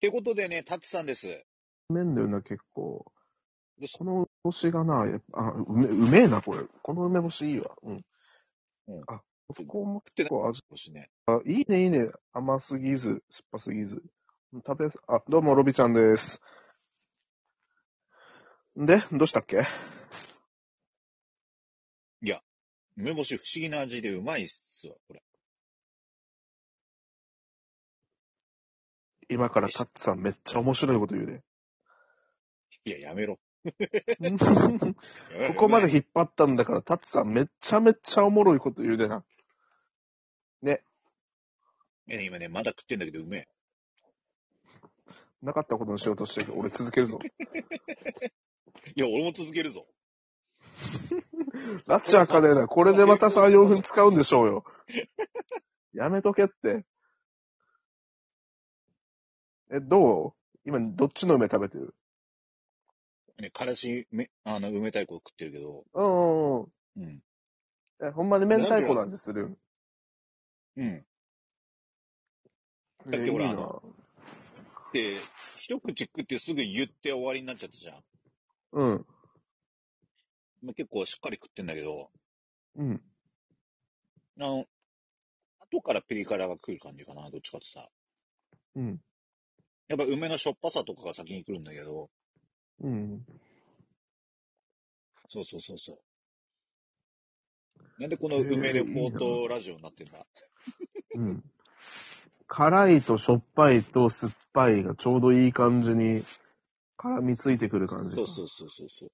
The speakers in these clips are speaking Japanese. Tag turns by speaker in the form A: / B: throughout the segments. A: てことでね、タッツさんです。
B: 麺だよな、結構。
A: で
B: この梅干しがな、やっぱ、あ、うめ、うめえな、これ。この梅干しいいわ。うん。
A: うん
B: あ、ここも
A: 食って
B: 結構味、
A: もしね。
B: あ、いいね、いいね。甘すぎず、酸っぱすぎず。食べやす、あ、どうも、ロビちゃんです。んで、どうしたっけ
A: 梅干し不思議な味でうまいっすわ、これ。
B: 今からタッツさんめっちゃ面白いこと言う で。
A: いや、やめろ。やめろ
B: ここまで。引っ張ったんだから、タッツさんめっちゃめっちゃおもろいこと言うでな。
A: やめろ今ね、まだ食ってんだけど、うめえ。
B: なかったことにしようとしてるけど、俺続けるぞ。
A: いや、俺も続けるぞ。
B: ラチ開かねえな。これでまた3、4分使うんでし ょうよ。やめとけって。え、どう今、どっちの梅食べてる
A: ね、からし、め、あの、梅太鼓食ってるけど、
B: うんうんうん。
A: うん。
B: え、ほんまに明太子の味する。
A: うん。
B: え
A: だって
B: いい
A: ほら
B: な
A: あで、一口食ってすぐ言って終わりになっちゃったじゃん。
B: うん。
A: まあ、結構しっかり食ってんだけど、
B: うん。
A: あの、後からピリ辛が来る感じかな、どっちかってさ。
B: うん。
A: やっぱ梅のしょっぱさとかが先に来るんだけど、
B: うん。
A: そうそうそうそう。なんでこの梅レポートラジオになってんだ、
B: うん。辛いとしょっぱいと酸っぱいがちょうどいい感じに絡みついてくる感じか。
A: そうそうそうそうそう。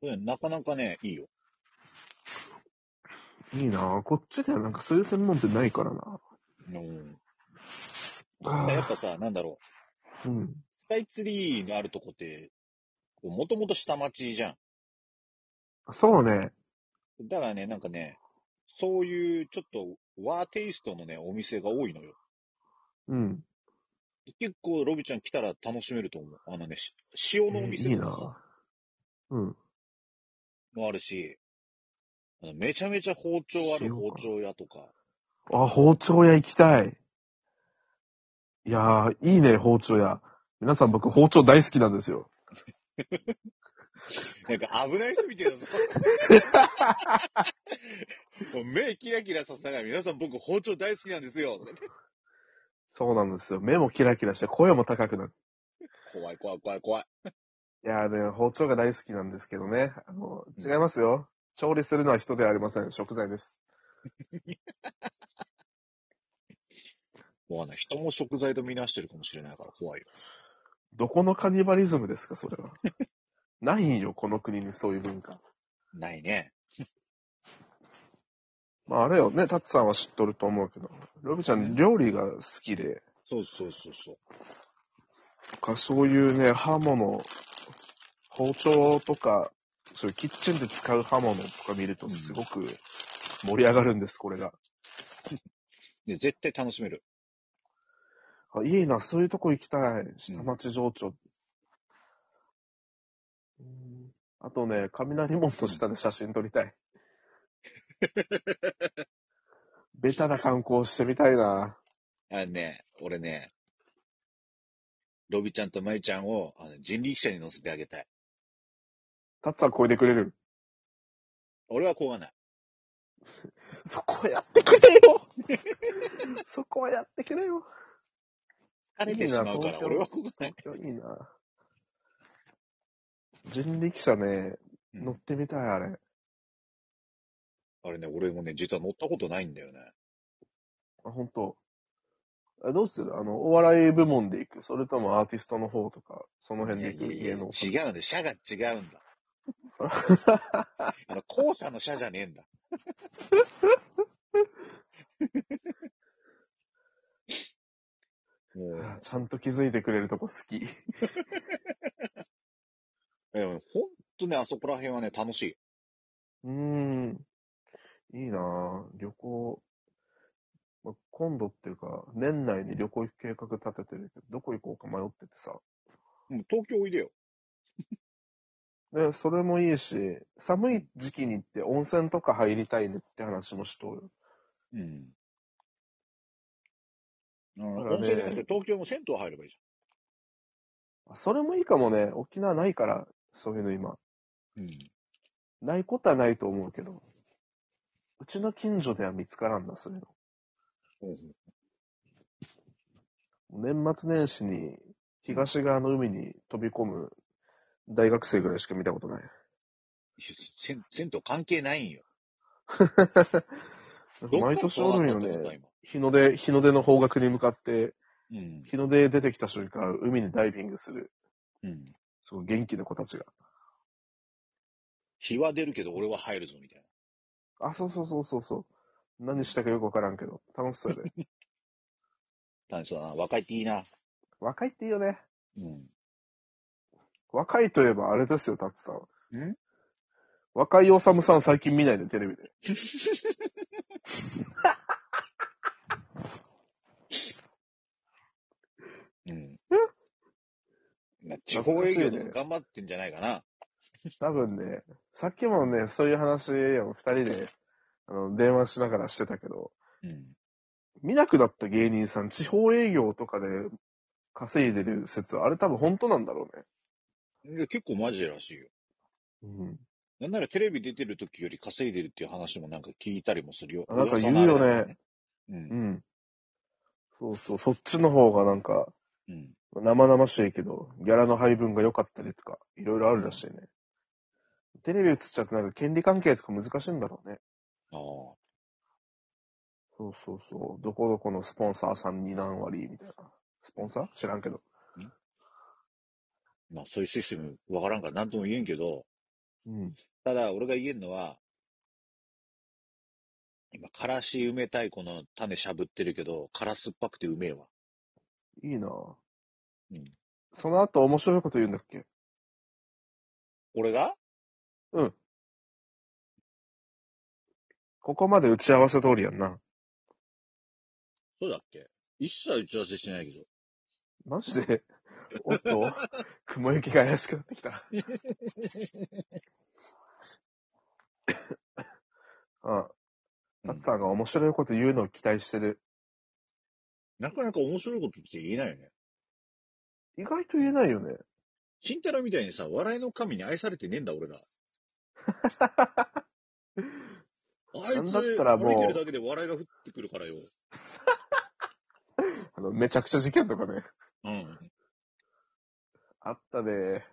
A: これなかなかね、いいよ。
B: いいなこっちではなんかそういう専門店ないからな。
A: うん。
B: あー
A: やっぱさ、なんだろう。
B: うん。
A: スカイツリーのあるとこって、もともと下町じゃん。
B: そうね。
A: だからね、なんかね、そういうちょっと和テイストのね、お店が多いのよ。
B: うん。
A: 結構、ロビちゃん来たら楽しめると思う。あのね、し塩のお
B: えーい
A: 店
B: い
A: とかさ、
B: なうん。
A: もあるし、あのめちゃめちゃ包丁ある
B: 塩か
A: 包丁屋とか、
B: あ、包丁屋行きたい。いやー、いいね、包丁屋。皆さん僕包丁大好きなんですよ。
A: なんか危ない人みたいな さ、もう目キラキラさせながら、皆さん僕包丁大好きなんですよ。
B: そうなんですよ。目もキラキラして声も高くなる。
A: 怖い怖い怖い怖い。
B: いやーね、包丁が大好きなんですけどね。あの、
A: うん
B: 違いますよ。調理するのは人ではありません。食材です。
A: もうあの、人も食材と見なしてるかもしれないから怖いよ。
B: どこのカニバリズムですか、そ れは。ないよ、この国にそういう文化。
A: ないね。
B: まあ、あれよね、タツさんは知っとると思うけど。ロビちゃん、料理が好きで、
A: そうそうそうそう。
B: とか、そういうね、刃物、包丁とか、そういうキッチンで使う刃物とか見るとすごく盛り上がるんです、これが。
A: で、絶対楽しめる。
B: あいいな、そういうとこ行きたい。下町情緒。うんあとね、雷門の下で写真撮りたい。ベタな観光してみたいな。
A: あのね、俺ね、ロビちゃんとマユちゃんをあの人力車に乗せてあげたい。
B: タツさん超えてくれる
A: 俺はこうがない。
B: そこやってくれ よそこはやってくれよ。
A: 疲れてしまうから、
B: いいな東京
A: 俺はこうがない。
B: いやいいな。人力車ね、
A: うん
B: 乗ってみたい、あれ。
A: あれね、俺もね、実は乗ったことないんだよね。
B: あ、ほんと。あどうするあの、お笑い部門で行くそれともアーティストの方とか、その辺で行く
A: いや
B: 芸
A: いや
B: 能
A: 違うんだよ、車が違 うんだ。あの、校舎の車じゃねえんだ。もう、
B: あちゃんと気づいてくれるとこ好き。
A: えほんとね、あそこら辺はね、楽しい。
B: うーん。いいなぁ旅行。ま今度っていうか、年内に旅行行く計画立ててるけど、どこ行こうか迷っててさ。
A: もう東京おいでよ。
B: で、それもいいし、寒い時期に行って温泉とか入りたいねって話もしとる。
A: うん。うん
B: だからね
A: 温泉じゃなくて東京の銭湯入ればいいじ
B: それもいいかもね。沖縄ないから、そういうの今。
A: ゃん。うん。
B: ないことはないと思うけど。うちの近所では見つからんな、そういう
A: うんうん
B: の。年末年始に東側の海に飛び込む大学生ぐらいしか見たことない。
A: いや銭銭湯関係ないんよ。
B: 毎年おるよ
A: どっから変わ
B: ね。
A: ったと思っ
B: 日の出、日の出の方角に向かって、
A: た今うん。
B: 日の出出てきた瞬間、海にダイビングする、
A: うん。
B: すごい元気な子たちが。
A: 日は出るけど俺は入るぞ、みたい
B: あ、そうそうそうそうそう。何したかよくわからんけど、楽しそうやで。
A: な。楽しそうだな。若いっていいな。
B: 若いっていい よね。
A: うん。
B: 若いといえばあれですよ、タツさん。
A: ん
B: 若いおさむさん最近見ないで、テレビで。
A: うん。まあ地方営業でも頑張ってんじゃないかな。
B: 多分ね、さっきもね、そういう話を二人で、あの、電話しながらしてたけど、
A: うん。
B: 見なくなった芸人さん、地方営業とかで稼いでる説、あれ多分本当なんだろうね。
A: いや結構マジでらしいよ。
B: うん。
A: なんならテレビ出てる時より稼いでるっていう話もなんか聞いたりもするよ。
B: あなんか言うよね
A: 噂のあれだから。う。
B: うんん。そうそう、そっちの方がなんか、
A: うん。
B: 生々しいけど、ギャラの配分が良かったりとか、いろいろあるらしいね。テレビ映っちゃってなんか権利関係とか難しいんだろうね。
A: ああ。
B: そうそうそう。どこどこのスポンサーさんに何割みたいな。スポンサー知らんけど。
A: まあそういうシステムわからんから何とも言えんけど、
B: うん。
A: ただ俺が言えるのは、今、からし埋めたいこの種しゃぶってるけど、から酸っぱくてうめえわ。
B: いいな
A: うん
B: その後面白いこと言うんだっけ
A: 俺が
B: ここまで打ち合わせ通りやんな。
A: そうだっけ一切打ち合わせしてないけど。
B: マジで、お っと、雲行きが怪しくなってきた。ああ、
A: う
B: タ
A: ん
B: ツさんが面白いこと言うのを期待してる。
A: なかなか面白いことって言えないよね。
B: 意外と言えないよね。
A: 金太郎みたいにさ、笑いの神に愛されてねえんだ、 俺ら。あいつ、
B: なんだったらもう
A: 見てるだけで笑いが降ってくるからよ。
B: あの、めちゃくちゃ事件とかね。
A: うん。
B: あったね。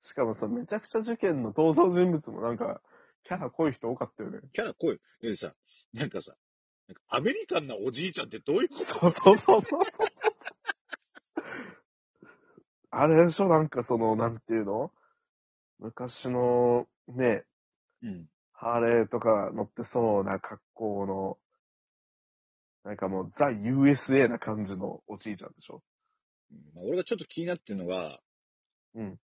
B: しかもさ、めちゃくちゃ事件の登場人物もなんか、キャラ濃い人多かったよね。
A: キャラ濃い。でさ、なんかさ、なんかアメリカンなおじいちゃんってどういうこと
B: そうそうそうそう。あれでしょなんかその、なんていうの昔の、ね、
A: うん。
B: ハーレーとか乗ってそうな格好の、なんかもうザ・ USA な感じのおじいちゃんでしょ
A: まあ俺がちょっと気になってるのが、
B: うん。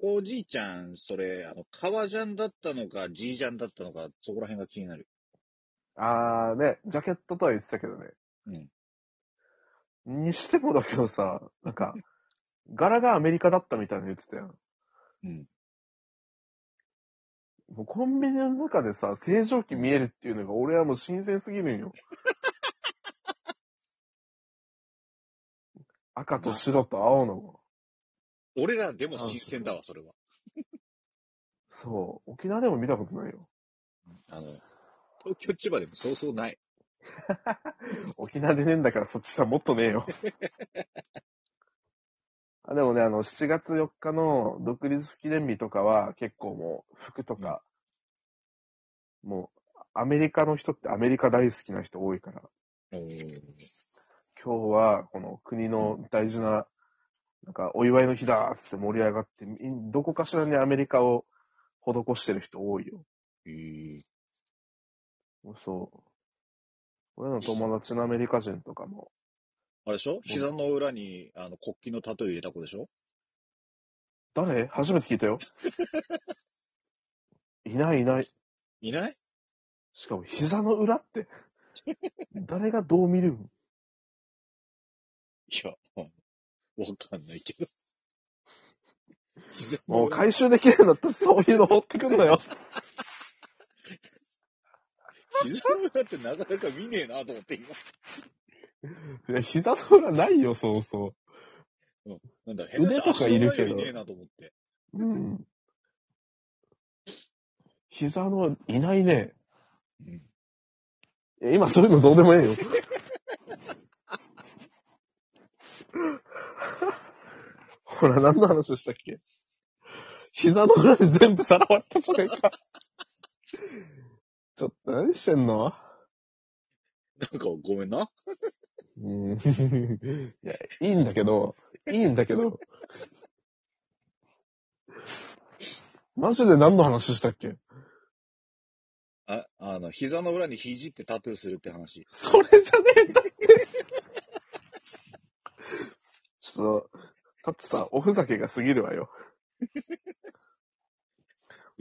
A: おじいちゃん、それ、あの、革ジャンだったのか、じいジャンだったのか、そこら辺が気になる。
B: あーね、ジャケットとは言ってたけどね。にしてもだけどさ、なんか、柄がアメリカだったみたいなの言ってたやん。
A: うん。
B: もうコンビニの中でさ、正常期見えるっていうのが俺はもう新鮮すぎる んよ。赤と白と青の。
A: 俺らでも新鮮だわ、それは。
B: そう。沖縄でも見たことないよ。
A: あの、東京、千葉でもそうそうない。
B: 沖縄でねえんだからそっちはもっとねえよ。あでもね、あの、7月4日の独立記念日とかは結構もう服とか、もうアメリカの人ってアメリカ大好きな人多いから、今日はこの国の大事な、なんかお祝いの日だっつって盛り上がって、みんどこかしらにアメリカを施してる人多いよ。
A: えー
B: そう。俺の友達のアメリカ人とかも、
A: あれでしょ膝の裏に、あの、国旗のタトゥー入れた子でしょ
B: 誰初めて聞いた よ。いないいない。
A: いない
B: しかも膝の裏 って、誰がどう見るん
A: いや、 わかんないけど。膝の裏
B: もう回収できるんだったらそういうの持ってくんなよ。
A: 膝の裏ってなかなか見ねえなと思って今。
B: いや膝の裏ないよ、そうそ
A: なんだ、
B: 腕とかいるけ
A: 変な足の裏より
B: ど
A: ねえなと思って。
B: う。うん。膝の、いないね。
A: うん
B: いや今そういうのどうでもええよ。ほら、何の話をしたっけ膝の裏で全部さらわれた、それが。ちょっと何してんの
A: なんかごめんな。
B: うん。いや、いいんだけど、いいんだけど。マジで何の話したっけ
A: あ、あの、膝の裏に肘ってタトゥーするって話。
B: それじゃねえんだって。ちょっと、だってさ、おふざけが過ぎるわよ。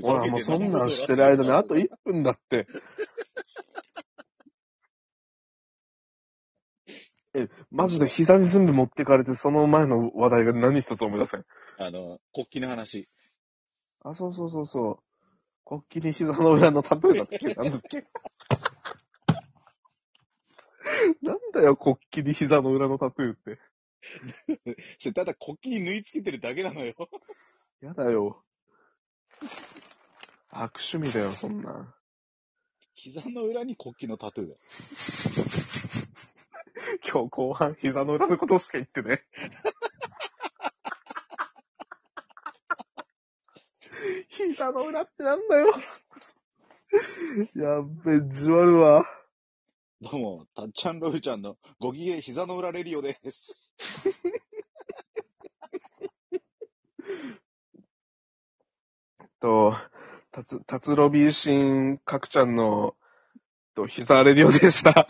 B: ほら、もうそんなんしてる間にあと1分だって。え、マジで膝に全部持ってかれて、その前の話題が何一つ思い出せん。
A: あの、国旗の話。
B: あ、そうそうそうそう。国旗に膝の裏のタトゥーだっけなんだっけ なんだよ、国旗に膝の裏のタトゥーって。
A: それただ国旗に縫い付けてるだけなのよ。
B: やだよ。悪趣味だよ、そんな。
A: 膝の裏に国旗のタトゥーだよ。
B: 今日後半、膝の裏のことしか言ってね。膝の裏ってなんだよ。やっべ、じわるわ。
A: どうも、たっちゃんロフちゃんのご機嫌膝の裏レディオです。
B: と、たつ、たつろびしんかくちゃんの、と、膝レディオでした。